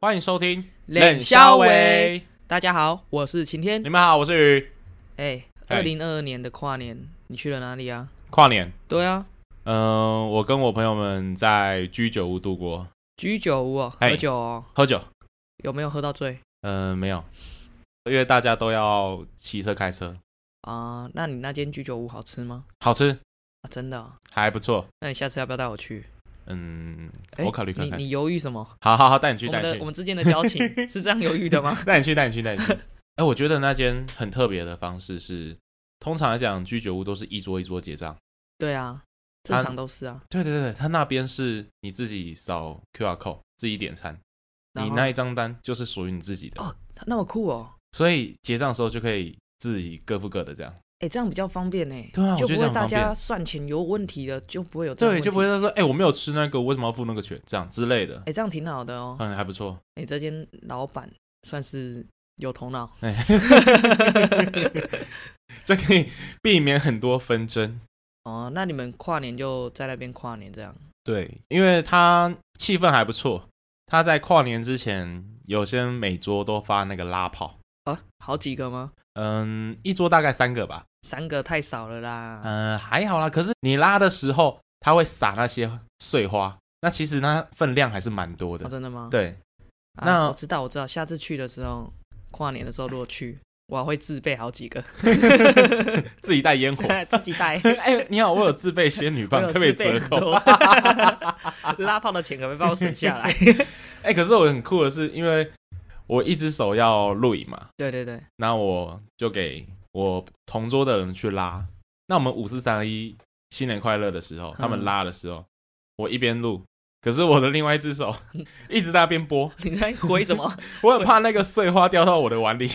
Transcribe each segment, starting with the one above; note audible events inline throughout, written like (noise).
欢迎收听冷肖维。大家好，我是晴天你。们好，我是鱼。哎、哎二零二二年的跨年，你去了哪里啊？跨年，对啊，嗯、我跟我朋友们在居酒屋度过，居酒屋哦，哎喝酒哦，喝酒。哎有没有喝到醉嗯、没有，因为大家都要骑车开车，啊、那你那间居酒屋好吃吗？好吃，啊，真的哦、还不错。那你下次要不要带我去？嗯，哎我考虑看看你。你犹豫什么？好好好，带你去，我带们你的我去，们之间的交 (laughs) 情是这样犹豫的吗？带你去，带你去，带你 (laughs) 去。哎、我觉得那间很特别的方式是，通常来讲，居酒屋都是一桌一桌结账。对啊，啊正常都是啊。对对对，他那边是你自己扫 QR code，自己点餐，然你后那一张单就是属于你自己的。他那么酷哦，所以结账的时候就可以自己各付各的这样。哎、这样比较方便呢、对啊我就觉得这不会样大很方便家算钱有问题的，就不会有这样对，就不会哎、再说，哎、我没有吃那个，我为什么要付那个钱？这样之类的，诶这样挺好的哦。嗯，还不错。 (laughs) 哎、这间老板算是有头脑。哎这可以避免很多纷争。哦，那你们跨年就在那边跨年这样？对，因为他气氛还不错。他在跨年之前，有些每桌都发那个拉炮，啊，好几个吗？嗯，一桌大概三个吧，三个太少了啦。嗯，还好啦。可是你拉的时候，他会撒那些碎花，那其实那分量还是蛮多哦，的。真的吗？对，啊，那我知道，我知道，下次去的时候，跨年的时候如果去，我会自备好几个，自己带烟 (laughs) 火，自己 (laughs) 带。哎、你好，我有自备仙女棒，可不可以折扣？我有自备很多 (laughs) 拉炮的钱可不可以帮我省 (laughs) 下来？哎、可是我很酷的是，因为我一只手要录影嘛，对对对，那我就给我同桌的人去拉。那我们五四三二一新年快乐的时候，他嗯们拉的时候，我一边录，可是我的另外一只手一直在那边播，你在回什么？ (laughs) 我很怕那个碎花掉到我的碗里。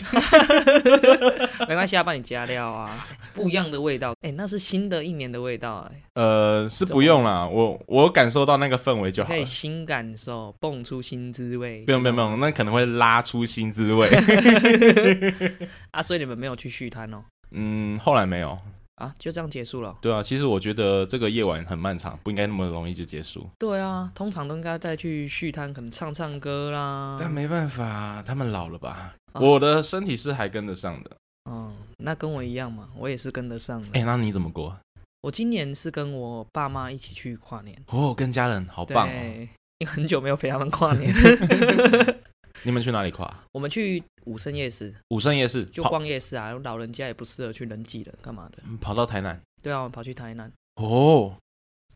没关系啊，帮你加料啊，不一样的味道。哎、那是新的一年的味道、哎，呃，是不用啦，我我有感受到那个氛围就好可了以。新感受，蹦出新滋味。不用不用不用，那可能会拉出新滋 (laughs) 味。啊，所以你们没有去续摊哦。嗯，后来没有，啊，就这样结束了哦。对啊，其实我觉得这个夜晚很漫长，不应该那么容易就结束。对啊，通常都应该再去续摊，可能唱唱歌啦。但啊没办法，他们老了吧？啊我的身体是还跟得上的。嗯，那跟我一样嘛，我也是跟得上的。哎、那你怎么过？我今年是跟我爸妈一起去跨年，哦，跟家人好棒哦！对，因为很久没有陪他们跨 (laughs) 年。你们去哪里跨？我们去武圣夜市，武圣夜市，就跑逛夜市啊，老人家也不适合去人挤人，干嘛的？嗯跑到台南。对啊，我们跑去台南，哦，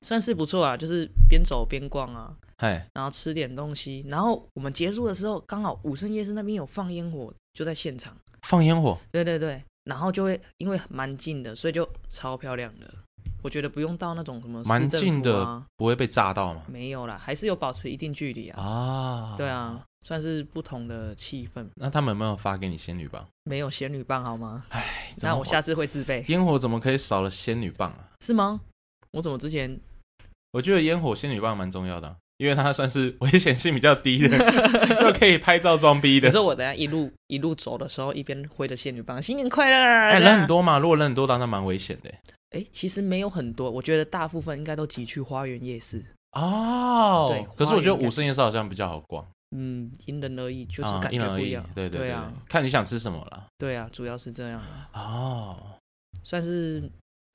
算是不错啊，就是边走边逛啊，嗨，然后吃点东西，然后我们结束的时候，刚好武圣夜市那边有放烟火，就在现场。放烟火，对对对，然后就会因为蛮近的，所以就超漂亮的。我觉得不用到那种什么蛮市政近府的啊，不会被炸到吗？没有啦，还是有保持一定距离啊。啊，对。啊，算是不同的气氛，那他们有没有发给你仙女棒？没有仙女棒好吗？哎，怎那么我下次会自备，烟火怎么可以少了仙女棒啊？是吗？我怎么之 (laughs) 前我觉得烟火仙女棒蛮重要的啊、因为它算是危险性比较低 (laughs) 的，又可以拍照装逼的你。说我等下一路一路走的时候，一边挥着仙女棒，新年快乐！哎、哎人很，多嘛，如果人很多，当然蛮危险的。欸哎，其实没有很多，我觉得大部分应该都集去花园夜市。哦对可是我觉得花园武圣夜市好像比较好逛，嗯，因人而异，就是啊感因人觉而不一异样。对对啊，看你想吃什么了。对啊，主要是这样啊。哦，算是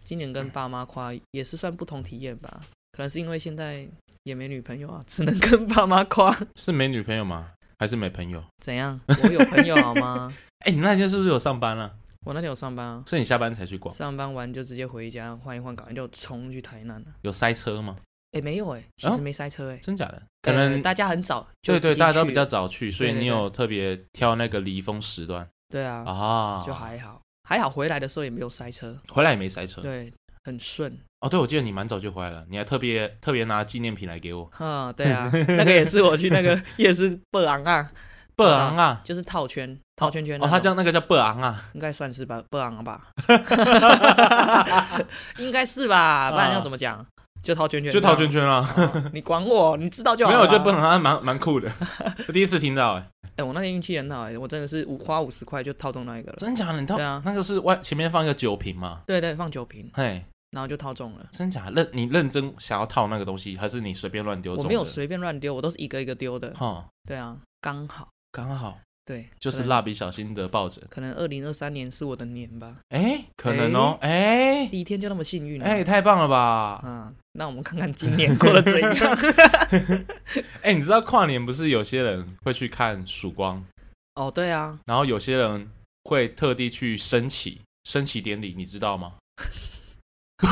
今年跟爸妈跨，也是算不同体验吧。可能是因为现在也没女朋友啊，只能跟爸妈跨。是没女朋友吗？还是没朋友？怎样？我有朋友好吗？哎、你那天是不是有上班啊？我那天有上班啊，是你下班才去逛？上班完就直接回家换一换，赶快就冲去台南了。有塞车吗？哎、没有哎、其实没塞车哎、真假的？哦可呃能、大家很早就对对，已经大家都去比较早去，所以对对你有特别挑那个离峰时段对啊，啊。就还好，还好回来的时候也没有塞车，回来也没塞车。对，很顺。哦，对，我记得你蛮早就回来了，你还特别特别拿纪念品来给我。哈，对啊，那个也是我去那个夜市布昂啊， (laughs) 布昂啊，就是套圈套圈圈那哦，种。他叫那个叫布昂啊。应该算是吧，不昂 (laughs) 吧， (laughs) 应该是吧，不然要怎么讲？就套圈圈，啊就套圈圈啦、圈，你管我，你知道 (laughs) 就好没了。有，我觉得不能，它蛮蛮酷 (laughs) 的，我第一次听到、哎，哎，我那天运气很好，哎，我真的是五花五十块就套中那一个了。真假的？你套、对啊那个是外前面放一个酒瓶嘛？对对，放酒瓶，嘿，然后就套中了。真假的认你认真想要套那个东西，还是你随便乱丢？我没有，随便乱丢，我都是一个一个丢的。哈，对啊，刚好刚好对，就是可能蜡笔小新的抱枕。可能二零二三年是我的年吧，哎，可能哦，哎第一天就那么幸运、啊。哎，太棒了吧！啊，那我们看看今年过得怎样。哎，你知道跨年不是有些人会去看曙光， (laughs) 哦，对啊，然后有些人会特地去升旗，升旗典礼，你知道吗？ (laughs) 不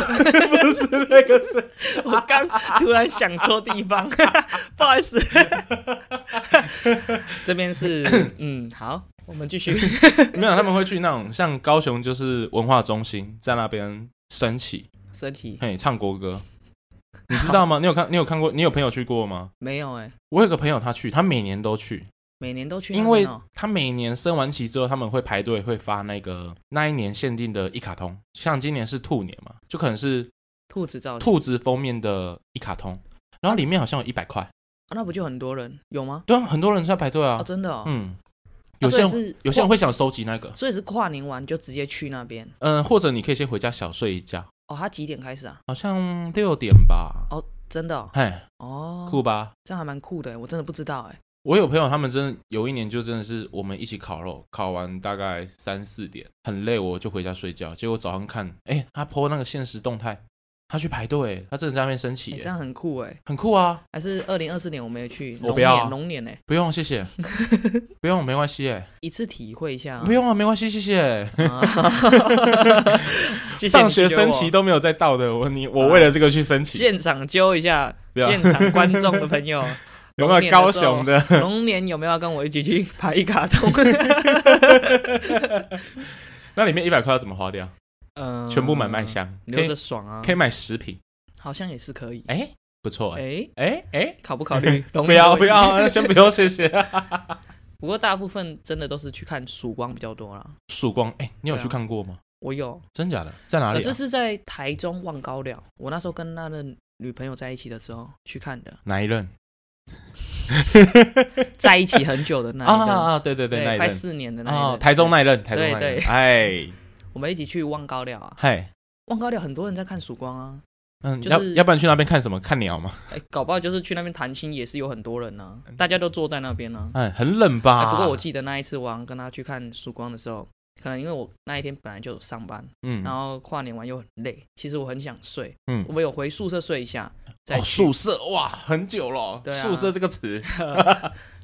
是那个升旗， (laughs) 我刚突然想错地 (laughs) 方，不好意思。这边是嗯，好，我们继续。没有，他们会去那种像高雄就是文化中心，在那边升旗，身体嘿，唱国歌，你知道吗？你有看，你有看过，你有朋友去过吗？没有哎、我有个朋友，他去，他每年都去，每年都去那因边哦，为他每年升完旗之后，他们会排队，会发那个那一年限定的一卡通，像今年是兔年嘛，就可能是兔子造型、兔子封面的一卡通，然后里面好像有一百块，啊那不就很多人有吗？对啊，很多人在排队啊哦，，真的哦，嗯，啊有些所人以是有些人会想收集那个，所以是跨年完就直接去那边嗯，或者你可以先回家小睡一觉，哦。他几点开始啊？好像六点吧，哦，真的哦，嘿，哦酷吧？这样还蛮酷的，我真的不知道哎。我有朋友，他们真的有一年就真的是我们一起烤肉，烤完大概三四点，很累，我就回家睡觉。结果早上看，哎、他 po 那个现实动态，他去排队，他真的在那边升旗哎，这耶，样很酷哎，很酷啊！还是二零二四年我没有去，我龙不要啊年龙年哎，欸不用，谢谢，不用，没关系，哎，一次体会一下啊。不用啊，没关系，谢谢。啊谢谢 (laughs) 你上学救我升嗯旗都没有在到的，我你我为了这个去升旗，现场揪一下，不要现场观众的朋 (laughs) 友，有没有高雄的？ (laughs) 龙年有没有要跟我一起去排一卡通？那里面一百块要怎么花掉？嗯，全部买麦，香，可留以着爽啊，可以买食品，好像也是可以。哎、不错、哎哎，哎哎，考不考 (laughs) 虑？龙不年要我一不起去要，先不用，谢谢。 (laughs) 不过大部分真的都是去看曙光比较多啦。曙光，哎、你有对啊去看过吗？我有，真假的？在哪里、可啊？是是在台中望高寮，我那时候跟他的女朋友在一起的时候去看的，哪一任？在一起很久的那一个，啊，对对对，那一快任。四年的那一哦个，，台中，那一任，台中那一对任。对哎，我们一起去望高寮啊，嗨，望高寮很多人在看曙光啊，嗯，就是要要不然去那边看什么？看鸟吗？哎、搞不好就是去那边谈心也是有很多人呢、大家都坐在那边呢、哎，很冷哎，吧？不过我记得那一次我好像跟他去看曙光的时候，可能因为我那一天本来就有上班，嗯，然后跨年完又很累，其实我很想睡，嗯我们有回宿舍睡一下，再哦， (laughs) 去、宿 (laughs) 舍哇，很久了对，啊宿舍这个词，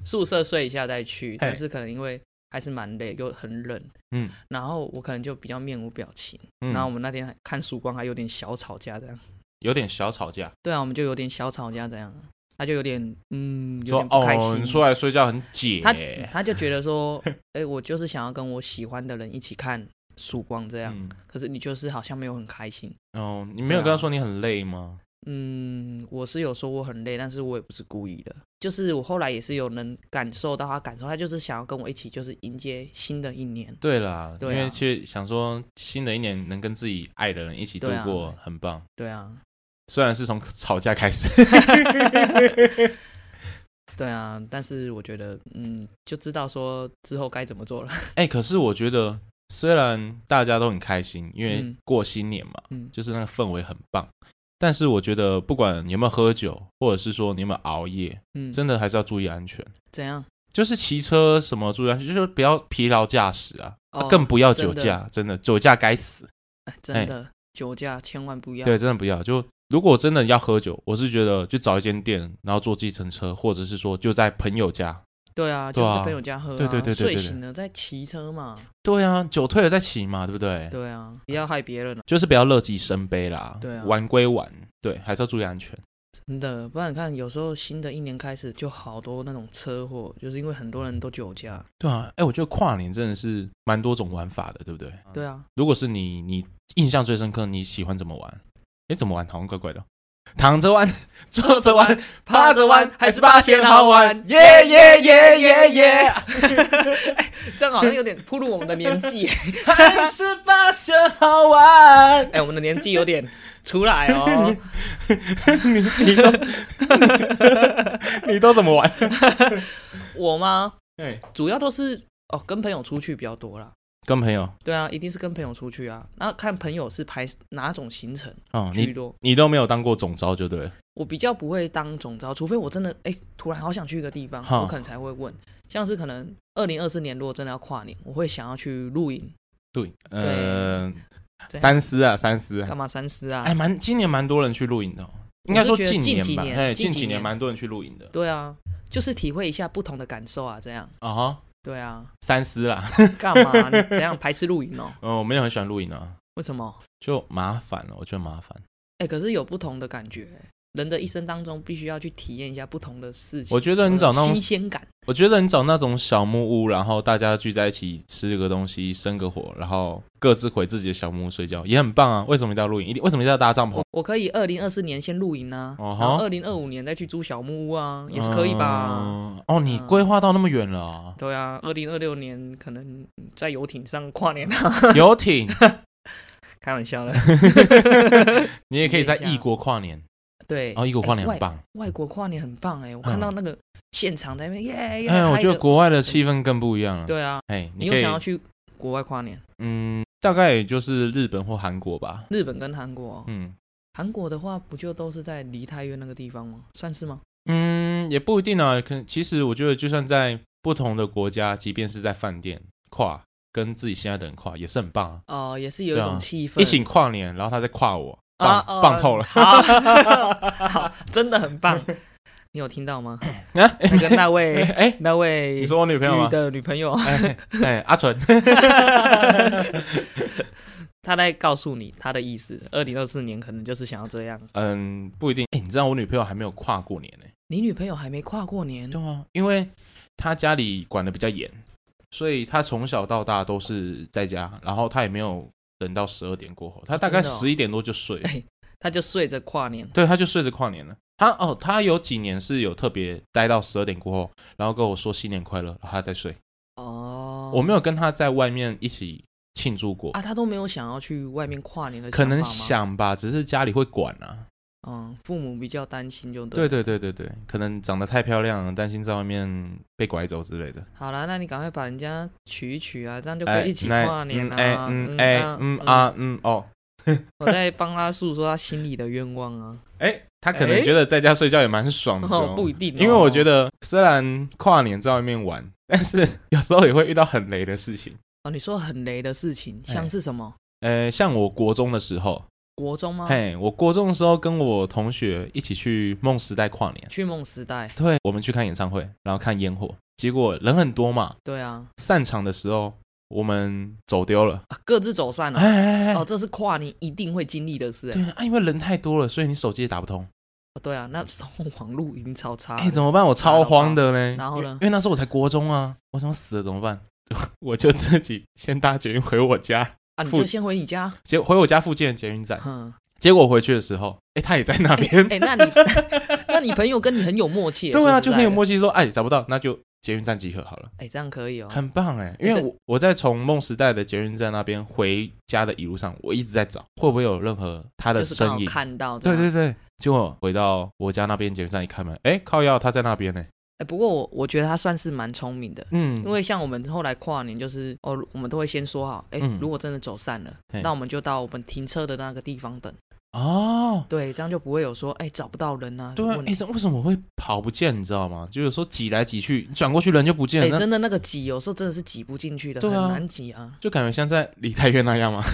宿舍睡一下再去，嘿但是可能因为还是蛮累又很冷，嗯然后我可能就比较面无表情，嗯，然后我们那天还看曙光还有点小吵架这样，有点小吵架，对啊，我们就有点小吵架这样，他就有点嗯说有点不开哦，心你。出来睡觉很解，嗯他他就觉得说， (laughs) 哎、我就是想要跟我喜欢的人一起看曙光这样，嗯，可是你就是好像没有很开心。哦，你没有跟他说你很累吗？嗯，我是有说我很累，但是我也不是故意的，就是我后来也是有能感受到他感受，他就是想要跟我一起，就是迎接新的一年。对啦，因对啊为其实想说新的一年能跟自己爱的人一起度对啊过，很棒。对啊，虽然是从吵架开始，对啊，但是我觉得，嗯，就知道说之后该怎么做了。 (laughs) 哎、可是我觉得，虽然大家都很开心，因为嗯过新年嘛，嗯，就是那个氛围很棒。但是我觉得，不管你有没有喝酒，或者是说你有没有熬夜，嗯，真的还是要注意安全。怎样？就是骑车什么注意安全，就是不要疲劳驾驶啊，哦更不要酒真的驾，真的酒驾该死。哎，真哎的、酒驾千万不要。对，真的不要。就如果真的要喝酒，我是觉得就找一间店，然后坐计程车，或者是说就在朋友家。对啊，对就是在啊朋友家喝、啊，对对对对对睡对醒了再骑车嘛。对啊，酒退了再骑嘛，对不对？对啊，不要害别人啊，就是不要乐极生悲啦。对啊玩归玩，对，还是要注意安全。真的，不然你看，有时候新的一年开始就好多那种车祸，就是因为很多人都酒驾。对啊，哎、我觉得跨年真的是蛮多种玩法的，对不对？对啊，如果是你，你印象最深刻，你喜欢怎么玩？哎，怎么玩？好像怪怪的哦。躺着玩，坐着玩，趴着玩，还是八仙好玩！耶耶耶耶耶！ (laughs) 这样好像有点暴露我们的年纪。 (laughs) 还是八仙好玩。 (laughs) 哎、我们的年纪有点出来哦。你你都 (laughs) 你都怎么 (laughs) 玩？我吗？哎，主要都是哦，跟朋友出去比较多啦。跟朋友对啊，一定是跟朋友出去啊。那看朋友是排哪种行程哦，居你多。你都没有当过总招就对了。我比较不会当总招，除非我真的哎、突然好想去一个地方，哈我可能才会问。像是可能二零二四年如果真的要跨年，我会想要去露营，对，呃，这样三思啊，三思啊，干嘛三思啊？哎，蛮今年蛮多人去露营的哦，应该说我是觉得年近吧，几年哎，近近几几年年蛮多人去露营的对啊，就是体会一下不同的感受啊，这样。啊哈，对啊，三思 (laughs) 啦，干嘛？你怎样排斥露营哦？嗯，我没有很喜欢露营啊，为什么？就麻烦哦了，我觉得麻烦。哎、可是有不同的感觉、人的一生当中必须要去体验一下不同的事情。我觉得你找那种新鲜感，我觉得你找那种小木屋，然后大家聚在一起吃个东西，生个火，然后各自回自己的小木屋睡觉，也很棒啊。为什么一定要露营？一定为什么一定要搭帐篷我？我可以二零二四年先露营啊，哦吼然后二零二五年再去租小木屋啊，也是可以吧？嗯哦，你规划到那么远了啊、 (laughs) 对啊，二零二六年可能在游艇上跨年啊， (laughs) 游艇，开 (laughs) 玩笑的。你也可以在异国跨年，对，哦，异国跨年哎很棒。嗯外外国跨年很棒哎、我看到那个现场在那边耶耶，哎，我嗨觉得的国外的气氛更不一样了。对啊，哎，你你又可以想，要去国外跨年？嗯，大概也就是日本或韩国吧。日本跟韩国哦、嗯韩国的话不就都是在梨泰院那个地方吗？算是吗？嗯，也不一定啊。可能其实我觉得，就算在不同的国家，即便是在饭店跨，跟自己心爱的人跨，也是很棒啊。哦、也是有一对啊种气氛，一起跨年，然后他再跨我，棒、啊哦棒透了。 (laughs) 好，好，真的 (laughs) 很棒。你有听到吗？那个那哎、 (laughs) 位哎那位你说我女朋友哦女吗？的女朋友，哎哎，阿纯， (laughs) 她在告诉你她的意思。二零二四年可能就是想要这样。嗯，不一定。哎、你知道我女朋友还没有跨过年呢、你女朋友还没跨过年，对啊，因为她家里管的比较严，所以她从小到大都是在家，然后她也没有等到十二点过后，她大概真的哦十一点多就睡了， (laughs) 她就睡着跨年。对，她就睡着跨年了。她哦，她有几年是有特别待到十二点过后，然后跟我说新年快乐，然后她再睡。哦，我没有跟她在外面一起庆祝过，啊，她都没有想要去外面跨年的可能法吗，想吧，只是家里会管啊。嗯，父母比较担心就对对。对对对对，可能长得太漂亮了，担心在外面被拐走之类的。好啦，那你赶快把人家娶一娶啊，这样就可哎，以一起那跨年啊。哎嗯哎啊嗯啊嗯哦，我在帮她诉说她心里的愿望啊。哎，他可能哎觉得在家睡觉也蛮爽的 (laughs) 哦哦， (laughs) 不一定哦因为我觉得虽然跨年在外面玩，但是有时候也会遇到很雷的事情。哦，你说很雷的事情，哎像是什么？呃，像我国中的时候，国中吗？嘿，我国中的时候跟我同学一起去梦时代跨年，去梦时代，对，我们去看演唱会，然后看烟火，结果人很多嘛，对啊，散场的时候我们走丢了。啊各自走散了。哎哎哎，哦，这是跨年一定会经历的事、哎对啊，因为人太多了，所以你手机也打不通。哦对啊，那时候 (laughs) 网络已经超差了。哎、怎么办？我超慌的嘞。然后呢因为因为那时候我才国中啊，我想死了怎么办？我就 (laughs) 自己先搭捷运回我家，啊？你复哎就先回你家。结果回我家附近的捷运 (laughs) 站。哼，结果我回去的时候，哎、他也在那边。哎、那 (laughs) 你那你朋友跟你很有默契。对啊，说实在的就很有。默契说，哎，找不到，那就捷运站集合好了，哎、这样可以哦。很棒哎、因为这我我在从梦时代的捷运站那边回家的一路上，我一直在找会不会有任何他的就是刚身好影。看到。对这样对。对，结果回到我家那边捷运站一开门，哎、靠腰他在那边呢、欸哎、不过我我觉得他算是蛮聪明的。嗯，因为像我们后来跨年，就是哦，我们都会先说好，哎、嗯如果真的走散了，嘿那我们就到我们停车的那个地方等。哦，对，这样就不会有说，哎、找不到人啊。对啊问，哎、这为什么会跑不见？你知道吗？就有时候挤来挤去，转过去人就不见哎、了，那真的那个挤，有时候真的是挤不进去的，对很啊。难挤啊 (laughs) 就感觉像在梨泰院那样嘛。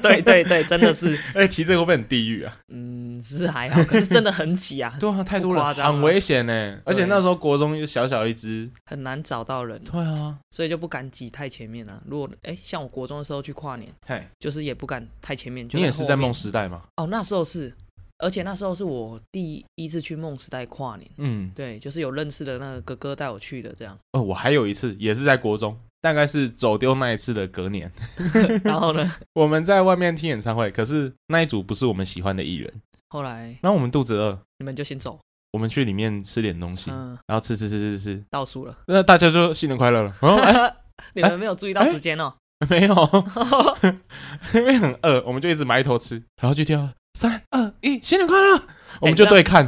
对对对，真的是， (laughs) (laughs) 哎、骑这个会不会很地狱啊？嗯，是还好，可是真的很挤啊， (laughs) 对啊，太多人，不夸张啊很危险呢。而且那时候国中又小小一只，很难找到人，对啊，所以就不敢挤太前面了、如果哎、像我国中的时候去跨年，嘿，就是也不敢太前面，就你也是在后面梦时代嘛？哦，那时候是，而且那时候是我第一次去梦时代跨年。嗯，对，就是有认识的那个哥哥带我去的，这 (laughs) 样。哦，我还有一次也是在国中，大概是走丢那一次的隔年， (laughs) 然后呢，我们在外面听演唱会，可是那一组不是我们喜欢的艺人，后来然后我们肚子饿，你们就先走，我们去里面吃点东西，嗯，然后吃吃吃吃吃，倒数了。那大家就新年快乐了。然后哎、 (laughs) 你们没有注意到时间哦。 (laughs) 没有， (laughs) 因为哎很饿，我们就一直埋头吃，然后就听到三二一，新年快乐，我们就对看，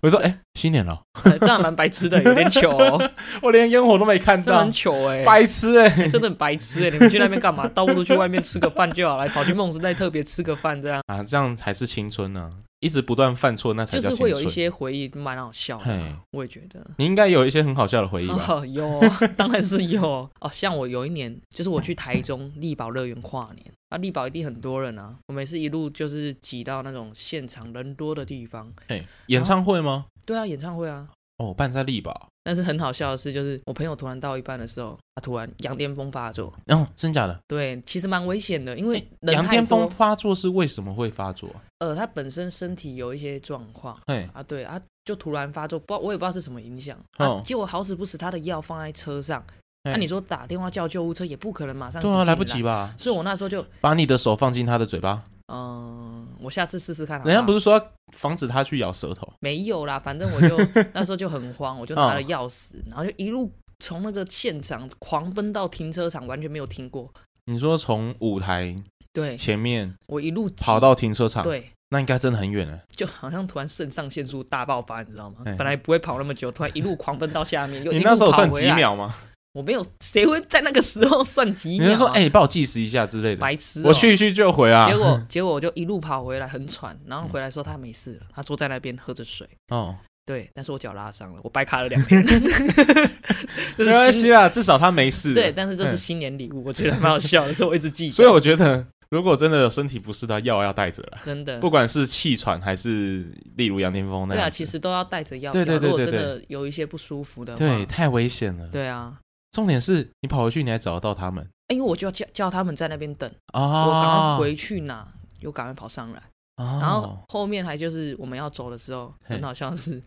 我就说：“哎、新年了，哎这样蛮白痴的，有点糗哦， (laughs) 我连烟火都没看这到 (laughs) 很，糗哎、白痴哎、哎真的很白痴哎、你们去那边干嘛？倒不如去外面吃个饭就好了，跑去梦时代特别吃个饭，这样啊，这样才是青春呢、一直不断犯错，那才就叫青是春。会有一些回忆蛮好笑的嘿啊，我也觉得。你应该有一些很好笑的回忆 (laughs) 吧？哦，有，当然是 (laughs) 有哦。像我有一年，就是我去台中力宝乐园跨年，啊，力宝一定很多人啊，我每次一路就是挤到那种现场人多的地方。嘿，演唱会吗？对啊，演唱会啊。哦，办在力宝。但是很好笑的是，就是我朋友突然到一半的时候，他突然羊癫疯发作。哦，真假的？对，其实蛮危险的，因为人羊太癫疯多。发作是为什么会发作啊？呃，他本身身体有一些状况嘿，啊，对啊，就突然发作，不知道我也不知道是什么影响。哦啊，结果好死不死，他的药放在车上。那、嘿你说打电话叫救护车也不可能马上哎对啊，直接来不及吧？所以我那时候就，把你的手放进他的嘴巴，嗯，我下次试试看好好。人家不是是说要防止他去咬舌头？没有啦，反正我 (laughs) 就那时候就很慌，我就拿了钥匙，然后就一路从那个现场狂奔到停车场，完全没有停过。你说从舞台对前面我一路挤跑到停车场，对，那应该真的很远了。就好像突然肾上腺素大爆发，你知道吗哎？本来不会跑那么久，突然一路狂奔到下面，又你一路那时候有跑算回几来？秒吗？我没有，谁会在那个时候算几你秒、啊？就说，哎，你帮我计时一下之类的。白痴哦、我去一去就回啊。嗯结果结果我就一路跑回来，很喘，然后回来说他没事了，他坐在那边喝着水。哦，对，但是我脚拉伤了，我白卡了两天。 (laughs) 这没关是新系啊啦，至少他没事。对，，但是这是新年礼物，我觉得蛮好笑的，所以我一直记得。嗯所以我觉得，如果真的有身体不适的，药要带着了，真的不管是气喘还是例如羊癫疯那嗯对样啊，子其实都要带着药。对对对如果对真对的有一些不舒服的话，对太危险了。嗯对啊，重点是你跑回去，你还找得到他们因为我就要叫叫他们在那边等，啊！我赶快回去拿，又赶快跑上来。哦，然后后面还就是我们要走的时候，嘿很好像是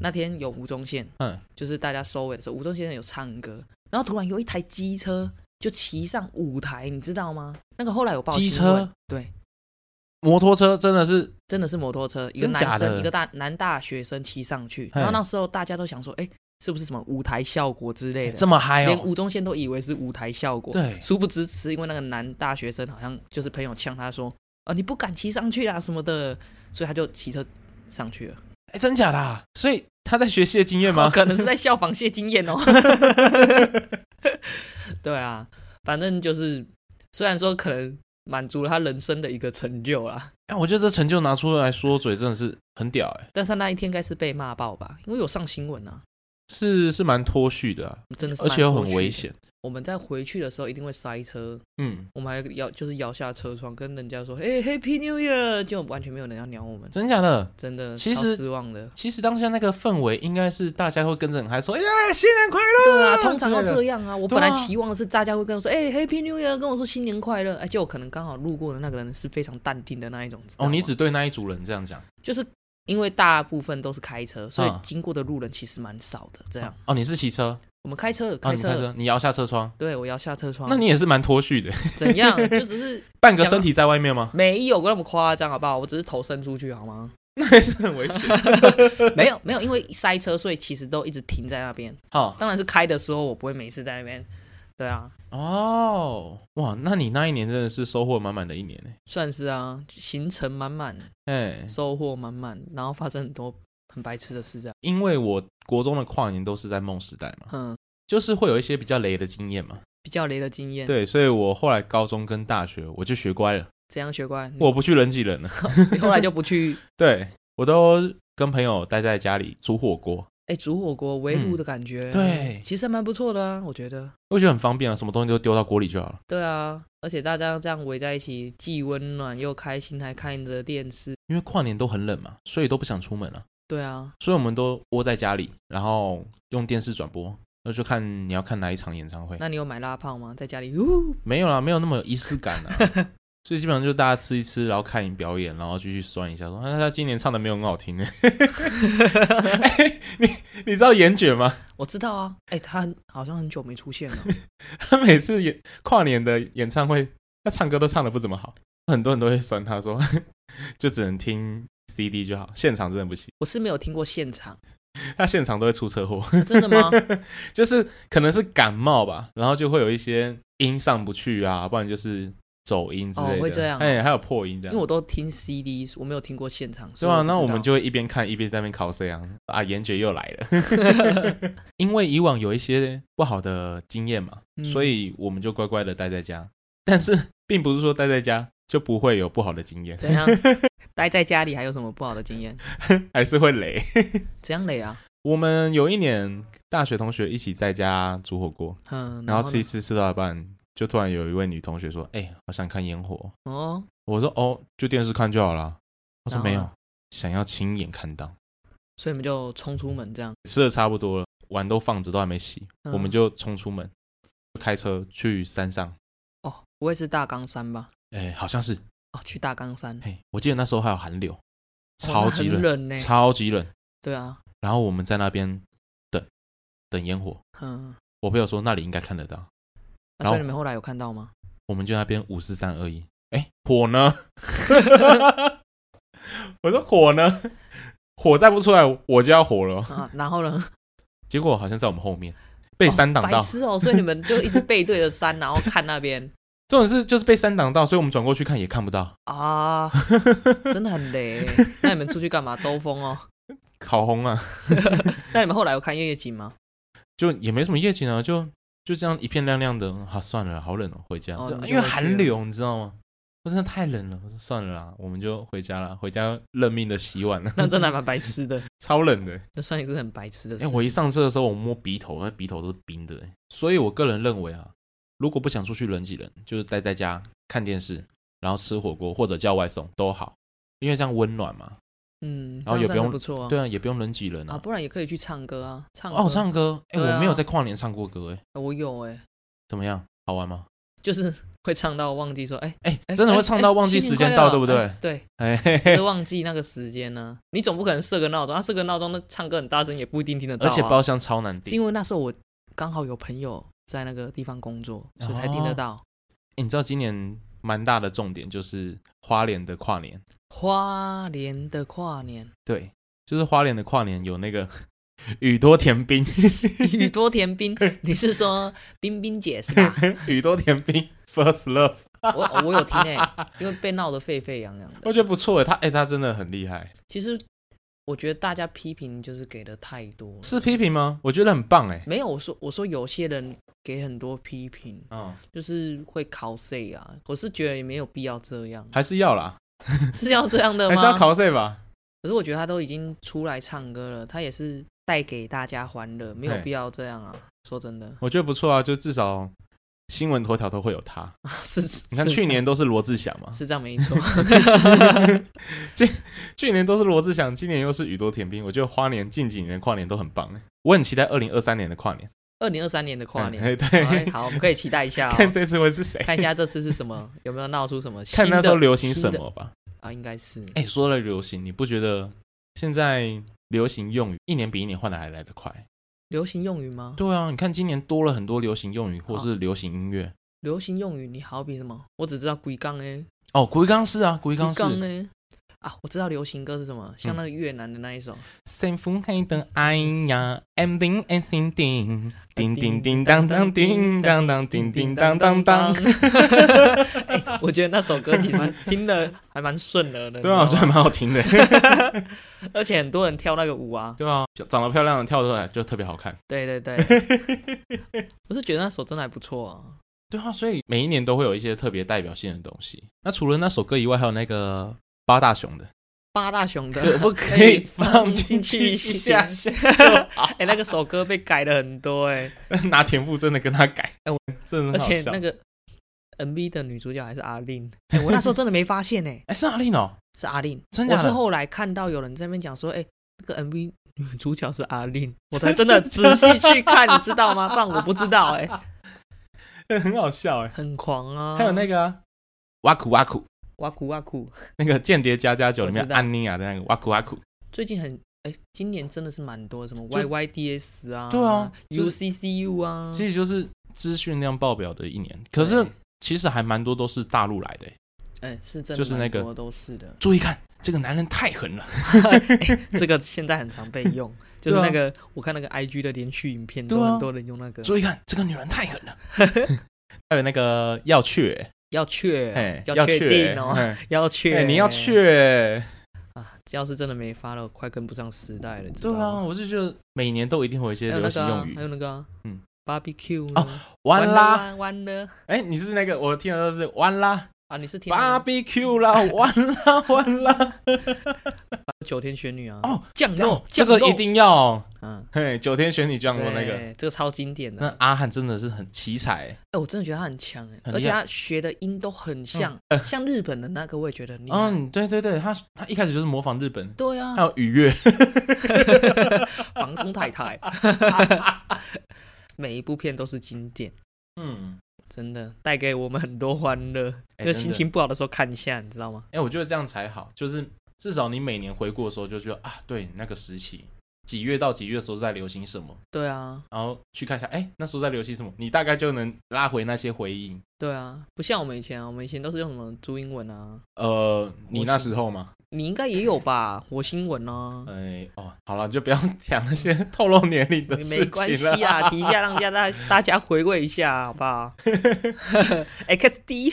那天有吴宗宪，嗯，就是大家收尾的时候，吴宗宪有唱歌，然后突然有一台机车就骑上舞台，你知道吗？那个后来有报机新闻车，对，摩托车真的是真的是摩托车，一个真男假生的一个大男大学生骑上去，嘿然后那时候大家都想说，哎，是不是什么舞台效果之类的？这么嗨连哦，吴宗宪都以为是舞台效果，对殊不知是因为那个男大学生好像就是朋友呛他说，啊、你不敢骑上去啊啦什么的，所以他就骑车上去了。哦哎，真假的啊？所以他在学习的经验吗？可能是在效仿谢金燕哦。 (laughs) 对啊，反正就是虽然说可能满足了他人生的一个成就啦，哎，我觉得这成就拿出来说嘴真的是很屌哎，但是他那一天应该是被骂爆吧，因为有上新闻啊，是是是蛮脱序的啊，真嗯的是而且又蛮很脱序危的。险。我们在回去的时候一定会塞车，嗯，我们还摇就是摇下车窗跟人家说，哎、h a p p y New Year，就完全没有人要鸟我们，真假的？真的其超实失望的。其实当下那个氛围应该是大家会跟着很嗨，说耶，新年快乐。对啊，通常之要类的这样啊！我对啊本来期望的是大家会跟我说，哎、h a p p y New Year，跟我说新年快乐。哎，结果可能刚好路过的那个人是非常淡定的那一种。知哦，道吗你只对那一组人这样讲就是因为大部分都是开车，所以啊经过的路人其实蛮少的。这样，哦？你是骑车，我们开车，哦，开你车，嗯开车，你摇下车窗，对我摇下车窗。那你也是蛮脱序的，怎样？ (laughs) 就只是半个身体在外面 (laughs) 吗？没有那么夸张，好不好？我只是头伸出去，好吗？那还是很危险。没有，没有，因为塞车，所以其实都一直停在那边。 (laughs) 好当然是开的时候，我不会每次在那边。对啊，哦，哇，那你那一年真的是收获满满的一年呢。算是啊，行程满满。哎，收获满满，然后发生很多很白痴的事，这样。因为我国中的跨年都是在梦时代嘛，嗯，就是会有一些比较雷的经验嘛。比较雷的经验。，对，所以我后来高中跟大学我就学乖了，怎样学乖？我不去人挤人了。你后来就不去对我都跟朋友待在家里煮火锅，哎煮火锅围炉的感觉。嗯对其实还蛮不错的啊，我觉得。我觉得很方便啊，什么东西都丢到锅里就好了。对啊，而且大家这样围在一起，既温暖又开心，还看着电视。因为跨年都很冷嘛，所以都不想出门了、对啊，所以我们都窝在家里，然后用电视转播，那就看你要看哪一场演唱会。那你有买拉炮吗？在家里，呜，没有啦，没有那么有仪式感啊。所以基本上就大家吃一吃，然后看你表演，然后继续酸一下，说：“啊，他今年唱的没有很好听呢。哎你你知道严爵吗？我知道啊。哎、他很好像很久没出现了。他每次演跨年的演唱会，他唱歌都唱的不怎么好，很多人都会酸他说， (laughs) 就只能听 CD 就好，现场真的不行。我是没有听过现场，他现场都会出车祸，真的吗？就是可能是感冒吧，然后就会有一些音上不去啊，不然就是走音之类的，哦会这样啊哎，还有破音这样，啊因为我都听 CD，我没有听过现场，是所以吧？不那知我们道就会一边看一边在那边 cos 这样啊，严爵又来了。 (laughs) 因为以往有一些不好的经验嘛， (laughs) 嗯所以我们就乖乖的待在家。但是并不是说待在家就不会有不好的经验，怎 (laughs) 样待在家里还有什么不好的经验？还是会累。怎样累啊？我们有一年大学同学一起在家煮火锅，嗯，然后呢吃一吃吃到一半，就突然有一位女同学说：“哎、好想看烟火。哦，”我说：“哦，就电视看就好啦。”她说：“然后呢没有，想要亲眼看到。”所以我们就冲出门这样。吃的差不多了，碗都放着都还没洗，嗯我们就冲出门，就开车去山上。哦，不会是大冈山吧？哎，好像是，哦，去大冈山，嘿，我记得那时候还有寒流，哦超级那冷，很冷呢。超级冷。对啊，然后我们在那边等，等烟火。嗯，我朋友说那里应该看得到，啊然后所以你们后来有看到吗？我们就在那边五四三二一，哎，火呢？ (laughs) 我说火呢？火再不出来我就要火了。啊，然后呢？结果好像在我们后面 (laughs) 被山挡到，哦白痴哦！所以你们就一直背对着山，然后看那边这种事就是被山挡到，所以我们转过去看也看不到。 (laughs) 啊，真的很雷。那你们出去干嘛？兜风哦。烤红啊！那你们后来有看夜景吗？ (laughs) 就也没什么夜景啊，就就这样一片亮亮的。嗯好、算了啦，好冷哦，回家。哦就你就因为回去寒流，你知道吗？我真的太冷了，我说算了啦，我们就回家啦，回家认命的洗碗了， (laughs) 那真的还蛮白痴的，超冷的。那算一个很白痴的哎、事情。我一上车的时候，我摸鼻头，那鼻头都是冰的、欸。所以我个人认为啊，如果不想出去人挤人，就是待在家看电视，然后吃火锅或者叫外送都好，因为这样温暖嘛。嗯，然后也这不样用很不错啊。对啊，也不用人挤人啊，啊。不然也可以去唱歌啊，唱歌哦，唱歌，哎、对啊我没有在跨年唱过歌、欸，哎，我有哎、怎么样？好玩吗？就是 (laughs) 会唱到忘记说，哎、哎、哎真的哎会唱到哎忘记新时间年快到，乐对不对哎？对，哎嘿就嘿是，忘记那个时间呢、你总不可能设个闹钟，他、啊设个闹钟，那唱歌很大声也不一定听得到、而啊。且包厢超难是订。因为那时候我刚好有朋友在那个地方工作，所以才听得到。欸你知道今年蛮大的重点就是花莲的跨年，花莲的跨年，对，就是花莲的跨年有那个 (laughs) 宇多田冰，宇多田冰，你是说冰冰姐是 (laughs) 吧？宇多田冰 First Love，我我有听哎、因为被闹得沸沸扬扬的。我觉得不错诶，他哎、他真的很厉害，其实我觉得大家批评就是给的太多了，是批评吗？我觉得很棒哎，没有我说我说有些人给很多批评，嗯，，就是会 cos 啊，我是觉得也没有必要这样 (laughs) 还是要啦，是要这样的还吗？是要 cos 吧。可是我觉得他都已经出来唱歌了，他也是带给大家欢乐，没有嘿必要这样啊。说真的， (laughs) 我觉得不错啊，就至少新闻头条都会有他。 (laughs) 是你看是去这样年都是罗志祥嘛，是这样没错，去年都是罗志祥，今年又是宇多田冰，我觉得花莲近几年的跨年都很棒欸我很期待二零二三年的跨年，二零二三年的跨年，嗯 (laughs) 对哎好，我们可以期待一下、哦，看这次会是谁，看一下这次是什么，有没有闹出什么新看的，那时候流行新什的么吧。啊，应该是哎、说了流行，你不觉得现在流行用语一年比一年换的还来得快？流行用语吗？对啊，你看今年多了很多流行用语或是流行音乐。流行用语，你好比什么？我只知道鬼杠哎，哦，鬼刚是啊，鬼刚是。嗯哎，啊，我知道流行歌是什么，像那个越南的那一首，幸福黑的爱哎呀，M 零 M 叮叮叮叮叮当当叮当当叮叮当当当。。 (laughs) 哎，我觉得那首歌 (laughs) 其实听的还蛮顺耳的，对啊，我你觉得知道还吗蛮好听 (laughs) 的。而且很多人跳那个舞啊，对啊，长得漂亮的跳出来就特别好看。(laughs) 对对对，我是觉得那首真的还不错啊。对啊，所以每一年都会有一些特别代表性的东西。那除了那首歌以外，还有那个八大雄的，八大雄的 (laughs) 可不可以放进去一下 (laughs) 下？哎、那个首歌被改了很多哎、拿田馥甄的跟他改，哎我真的而很好且笑。那个 MV 的女主角还是阿令，哎、我那时候真的没发现哎、哎，是阿令哦，是阿令，真假的我是后来看到有人在那边讲说，哎、那个 MV 女主角是 (laughs) 阿令，我才真的仔细去看，你知道吗？不然我不知道 (laughs) 哎、哎 (laughs) 很好笑哎。很狂啊！还有那个啊哇苦哇苦，哇酷哇酷，那个《间谍加加酒》里面我知道嗯安妮亚的那个哇苦哇苦，最近很。哎，今年真的是蛮多，什么就 YYDS 啊，对啊就是，UCCU 啊，其实就是资讯量爆表的一年。可是对其实还蛮多都是大陆来的欸。哎，是真的，就是那个，都是的 (laughs) 注意看，这个男人太狠了。这个现在很常被用， (laughs) 就对啊是那个、我看那个 IG 的连续影片，对啊都很多人用那个， (laughs) 注意看，这个女人太狠了。还有那个要去欸要确嘿，啊要确定哦， (laughs) 哎，要确、嘿你要欸确，啊！要是真的没发了，快跟不上时代了，你知对道啊，吗？我是觉得每年都一定会有一些还有流那行个、啊用语，还有那个、啊，嗯，barbecue 哦呢完啦，完完了哎，你是那个我听的都是完啦啊！你是听那个，barbecue 啦，完啦，完啦，九天玄女啊？哦，酱肉，这酱个肉一，定要，嗯，嘿，九天玄女降落那个，对，这个超经典的那。阿汉真的是很奇才，哎、我真的觉得他很强哎，很而且厉害呃他学的音都很像，像日本的那个，我也觉得很厉害。嗯，对对对，他他一开始就是模仿日本，对啊还，有愉悦，房东太太， (laughs) 每一部片都是经典，嗯，真的带给我们很多欢乐。哎那、真心的情不好的时候看一下，你知道吗？哎、我觉得这样才好，就是至少你每年回顾的时候就觉得啊，对，那个时期几月到几月的时候在流行什么，对啊，然后去看一下，哎、那时候在流行什么，你大概就能拉回那些回忆。对啊，不像我们以前啊，我们以前都是用什么朱英文啊，呃，你我那是时候嘛，你应该也有吧？火星文啊，哎、哦，好了，你就不要 (laughs) 讲那些透露年龄 (laughs) 的事情了。没关系啊，提一下让大家大大家回味一下，好不好？X D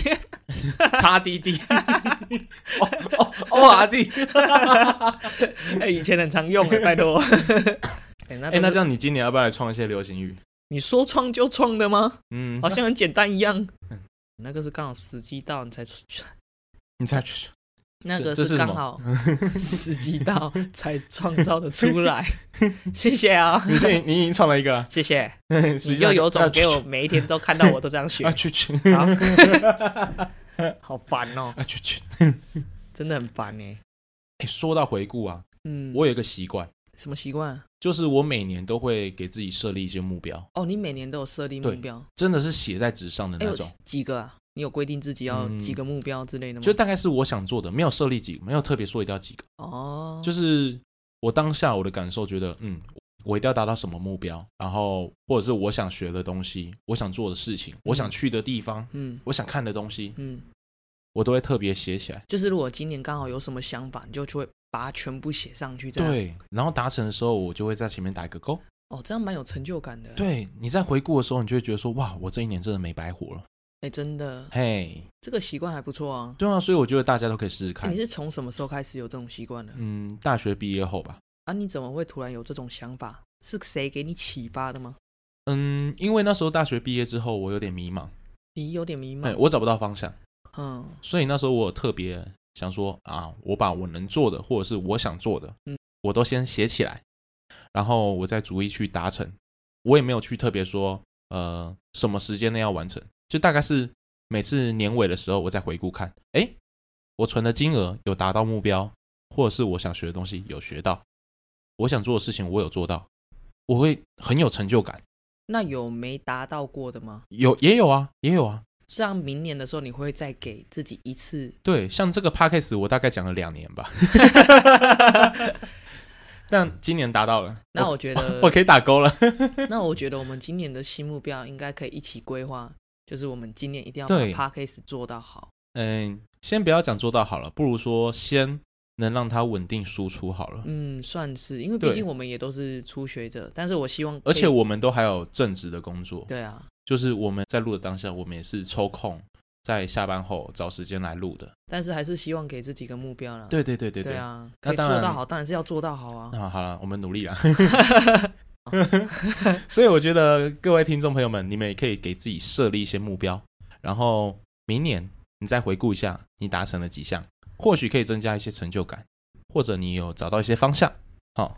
叉滴 (laughs) 滴，哦哦哦啊滴，哎，以前很常用哎，拜托。 (laughs) 哎、那哎、都是那这样你今年要不要来创一些流行语？你说创就创的吗？嗯，好像很简单一样嗯。那个是刚好时机到，你才出你猜去 (laughs) 那个这是是什刚么好 (laughs) 时机到才创造的 (laughs) 出来。谢谢啊，你现你已经创了一个了， (laughs) 谢谢，你你就有种给我每一天都看到我都这样学啊，去去 (laughs) (laughs) 好好烦哦，啊去去。真的很烦哎。哎、说到回顾啊，嗯，我有一个习惯，什么习惯？就是我每年都会给自己设立一些目标，哦，你每年都有设定目对标，真的是写在纸上的哎，那有种，几个啊？你有规定自己要嗯几个目标之类的吗？就大概是我想做的，没有设立几个，没有特别说一定要几个，哦，就是我当下我的感受，觉得嗯，我一定要达到什么目标，然后或者是我想学的东西，我想做的事情，我想去的地方，嗯我想看的东西，嗯，我都会特别写起来。就是如果今年刚好有什么想法，你就就会把它全部写上去，这样对，然后达成的时候，我就会在前面打一个勾。哦，这样蛮有成就感的。，对，你在回顾的时候，你就会觉得说，哇，我这一年真的没白活了。哎，真的，嘿，这个习惯还不错啊。对啊，所以我觉得大家都可以试试哎看你。是从什么时候开始有这种习惯的？嗯，大学毕业后吧。啊，你怎么会突然有这种想法？是谁给你启发的吗？嗯，因为那时候大学毕业之后，我有点迷茫，你有点迷哎、茫。我找不到方向，嗯所以那时候我有特别想说啊，我把我能做的或者是我想做的，嗯我都先写起来，然后我再逐一去达成。我也没有去特别说，呃，什么时间内要完成，就大概是每次年尾的时候，我再回顾看，哎，我存的金额有达到目标，或者是我想学的东西有学到，我想做的事情我有做到，我会很有成就感。那有没达到过的吗？有也有啊，也有啊。这样明年的时候，你会再给自己一 (laughs) 次对，像这个 podcast 我大概讲了两年吧， (laughs) 但今年达到了，那我觉得， (laughs) 我可以打勾 (laughs) 了。那我觉得我们今年的新目标应该可以一起规划，就是我们今年一定要把对 podcast 做到好。嗯，先不要讲做到好了，不如说先能让它稳定输出好了。嗯，算是，因为毕对竟我们也都是初学者，但是我希望可以，而且我们都还有正职的工作，对啊，就是我们在录的当下，我们也是抽空在下班后找时间来录的。但是还是希望给自己一个目标啦。对对对对对对。啊，那可以当做到然好，当然是要做到好啊。那好了，我们努 (laughs) 力了。 (laughs) 所以我觉得各位听众朋友们，你们也可以给自己设立一些目标，然后明年你再回顾一下你达成了几项，或许可以增加一些成就感，或者你有找到一些方向。好、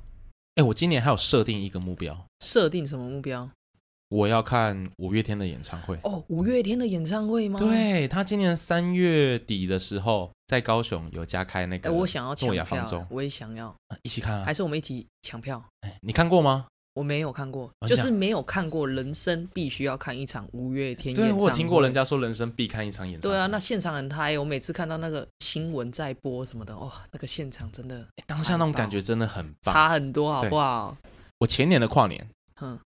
哎，我今年还有设定一个目标，设定什么目标？我要看五月天的演唱会。哦，五月天的演唱会吗？哎、对他今年三月底的时候，在高雄有加开那个，哎我想要抢诺亚票方舟啊，我也想要，一起看啊还！是我们一起抢票？哎你看过吗？我没有看过，哦这就样是没有看过，人生必须要看一场五月天演对唱会。我有听过人。家说人生必看一场演唱会。对啊，那现场很嗨，我每次看到那个新闻在播什么的，哇、那个现场真的当下那种感觉真的很哎棒。差很多，好不好？我前年的跨年，哼，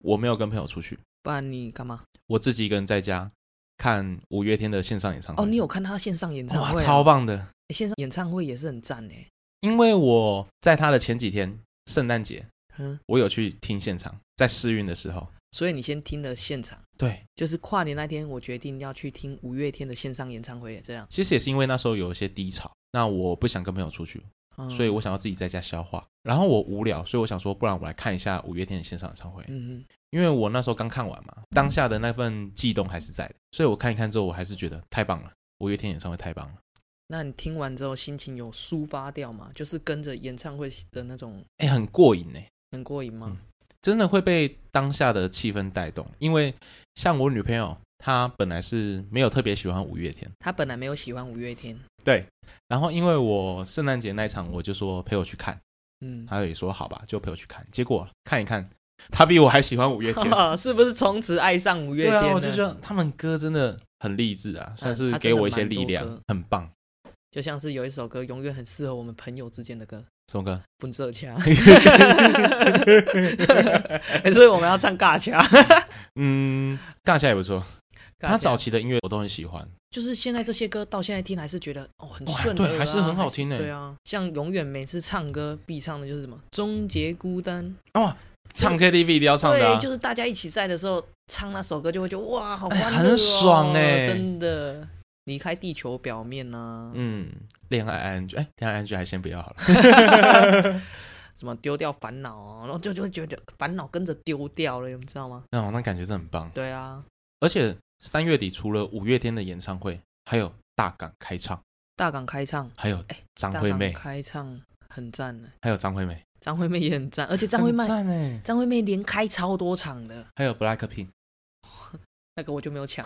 我没有跟朋友出去，不然你干嘛？我自己一个人在家看五月天的线上演唱会。哦，你有看他线上演唱嗯哇，会啊、超棒的！欸线上演唱会也是很赞哎。因为我在他的前几天，圣诞节嗯，我有去听现场，在试运的时候，所以你先听了现场，对，就是跨年那天，我决定要去听五月天的线上演唱会，这样，其实也是因为那时候有一些低潮，那我不想跟朋友出去，嗯、所以我想要自己在家消化。然后我无聊，所以我想说，不然我来看一下五月天的线上演唱会，嗯嗯，因为我那时候刚看完嘛，当下的那份悸动还是在的，所以我看一看之后，我还是觉得太棒了，五月天演唱会太棒了。那你听完之后心情有抒发掉吗？就是跟着演唱会的那种哎，很过瘾呢、很过瘾吗？真的会被当下的气氛带动。因为像我女朋友，她本来是没有特别喜欢五月天，他本来没有喜欢五月天，对。然后因为我圣诞节那一场，我就说陪我去看，嗯，她也说好吧，就陪我去看。结果看一看，她比我还喜欢五 (laughs) 月天。是不是从此爱上五月对天呢？啊，我就觉得他们歌真的很励志啊，算是她真给的我一些蛮多力量歌，很棒。就像是有一首歌永远很适合我们朋友之间的歌《什么歌？(laughs) 奔这掐》欸，所以我们要唱 (laughs) 尬掐。嗯，大家也不错。尬掐他早期的音乐我都很喜欢，就是现在这些歌到现在听还是觉得哦很哇顺耳啊、对还是很好听欸还是对啊，像永远每次唱歌必唱的就是什么“终结孤单唱 KTV 一定要”，唱的、啊对，，就是大家一起在的时候唱那首歌就会觉得哇好欢乐、哎哦很爽欸真的离开地球表面呢、嗯，恋爱 ING，哎，恋爱 ING 还先不要好了。什么丢掉烦恼哦，然后就就会觉得烦恼跟着丢掉了，你知道吗？那、哦、那感觉是很棒。对啊，而且三月底除了五月天的演唱会，还有大港开唱，大港开唱，还有哎张大惠港妹，开唱很赞呢，还有张惠妹，张惠妹也很赞，而且张惠妹很赞哎，张惠妹连开超多场的，还有 Blackpink，那个我就没 (laughs) 有抢。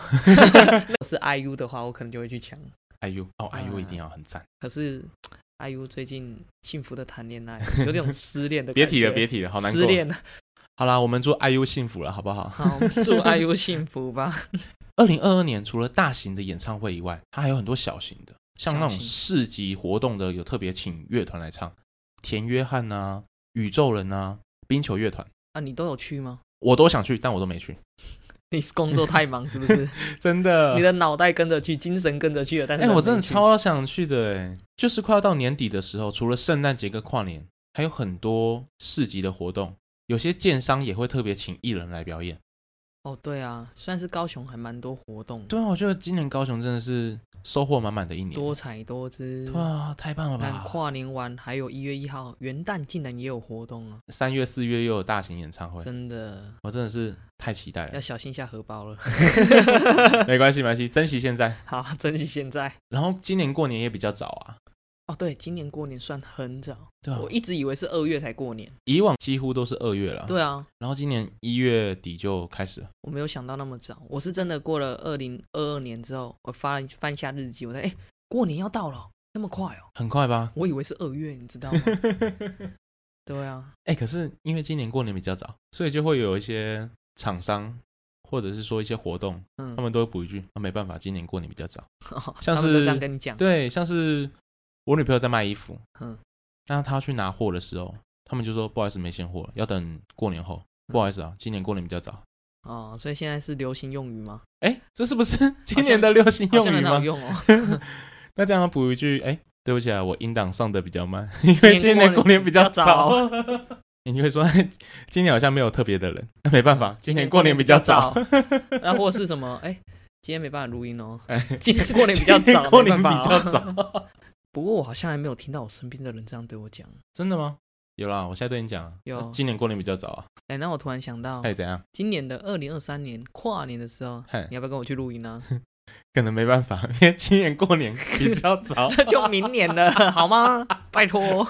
(laughs) 我是 IU 的话，我可能就会去抢。 IU，哦嗯 IU 一定要很赞，可是 IU 最近幸福的谈恋爱，有点失恋的感觉。别提了别提了，好难失过。恋了。好啦，我们祝 IU 幸福了，好不好？好，我们祝 IU 幸福吧。 (laughs) 二零二二年除了大型的演唱会以外，它还有很多小型的，像那小种型市集活动的，有特别请乐团来唱，田约翰呐、宇宙人呐、冰球乐团，啊，你都有去吗？我都想去，但我都没去，你工作太忙是 (laughs) 不是？真的你的脑袋跟着去，精神跟着去了，但是呃哎、人我真的没去超想去的哎！就是快要到年底的时候，除了圣诞节跟跨年，还有很多市集的活动，有些建商也会特别请艺人来表演。哦，对啊，算是高雄还蛮多活动，对啊，我觉得今年高雄真的是收获满满的一年。多彩多姿。哇，太棒了但吧！跨年完还有一月一号元旦竟然也有活动啊！三月、四月又有大型演唱会，真的我真的是太期待要了。小心一下荷包了。 (laughs) 没关系，没关系，珍惜现在。好，珍惜现在。然后今年过年也比较早啊，哦，对，今年过年算很早，对啊我，一直以为是二月才过年。以往几乎都是二月了，。对啊，然后今年一月底就开始了，我没有想到那么早，我是真的过了二零二二年之后，我翻翻一下日记，我在哎，过年要到了，那么快哦，很快吧？我以为是二月，你知 (laughs) 道吗？对啊，哎、可是因为今年过年比较早，所以就会有一些厂商或者是说一些活动，嗯他，们都会补一句：“啊，没办法，今年过年比较 (laughs) 早。像哦他们都是这样跟你”讲，对，像是我女朋友在卖衣服，嗯，那她去拿货的时候，他们就说：“不好意思，没现货了，要等过年后。”嗯不好意思啊，今年过年比较早。哦，所以现在是流行用语吗？哎、这是不 (laughs) 是今年的流行好用像语很好吗？用哦，那这样补一句：“哎、对不起啊，我音档上的比较 (laughs) 慢，因为今今年年过过年年比比较较早早。哎 (laughs) 你会说今年好像没有特别的人， (laughs) 那没办法，今年过年比较 (laughs) 早。，然后或是什么，哎，今天没办法录音哦哎，今天过年比 (laughs) 较今年早，过没年办比法较哦。早。 (laughs) 不过我好像还没有听到我身边的人这样对我讲。真的吗？有啦，我现在对你讲啊，有今年过年比较早啊，哎、那我突然想到还，是怎样？今年的二零二三年跨年的时候，嗨你，要不要跟我去露营呢？ (laughs) 可能没办法，因为今年过年比较早， (laughs) 那就明年了，好吗？拜托，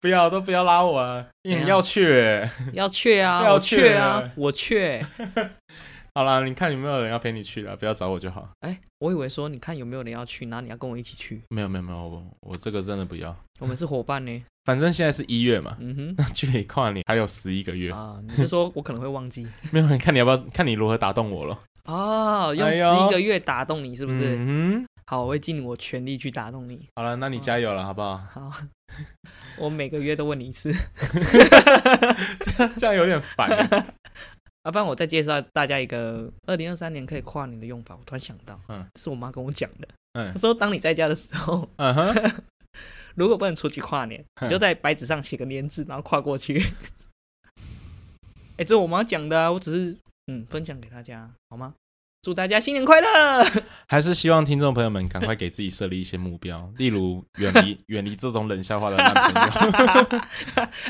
不要都不要拉我啊！因为你怎样要去欸，要去啊，要我去去啊啊，我去。好啦，你看有没有人要陪你去了，不要找我就好。哎、我以为说你看有没有人要去，然后你要跟我一起去，没有没有没有，我我这个真的不要。我们是伙伴呢。反正现在是一月嘛， (laughs) 嗯那距离跨年还有十一个月哼，，啊，你是说我可能会忘记没有人看你要不要看你如何打动我了，哦？用哎十呦一个月打动你是不是？嗯哼，好，我会尽我全力去打动你。好了，那你加油了，好不好？ (laughs) 好，我每个月都问你一次， (laughs) 这样有点烦欸。要、啊不然我再介绍大家一个二零二三年可以跨年的用法。我突然想到，嗯嗯，是我妈跟我讲的。嗯她说，当你在家的时候， (laughs) 嗯哼，如果不嗯能出去跨年，你就在白纸上写个年字，然后跨过去。 (laughs) 哎、这我妈讲的啊，我只是嗯分享给大家，好吗？祝大家新年 (laughs) 快乐！ (laughs) 还是希望听众朋友们赶快给自己设立一些目标，例如远离 (laughs) 远离这种冷笑话的烂 (laughs) 朋友。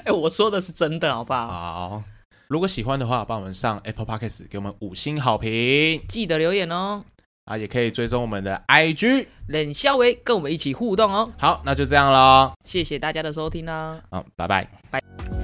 哎、我说的是真的，好不好？好，如果喜欢的话，帮我们上 Apple Podcast 给我们五星好评记得留言哦，啊，也可以追踪我们的 IG。冷笑维跟我们一起互动哦，好，那就这样喽，谢谢大家的收听啦、哦嗯，拜拜。拜。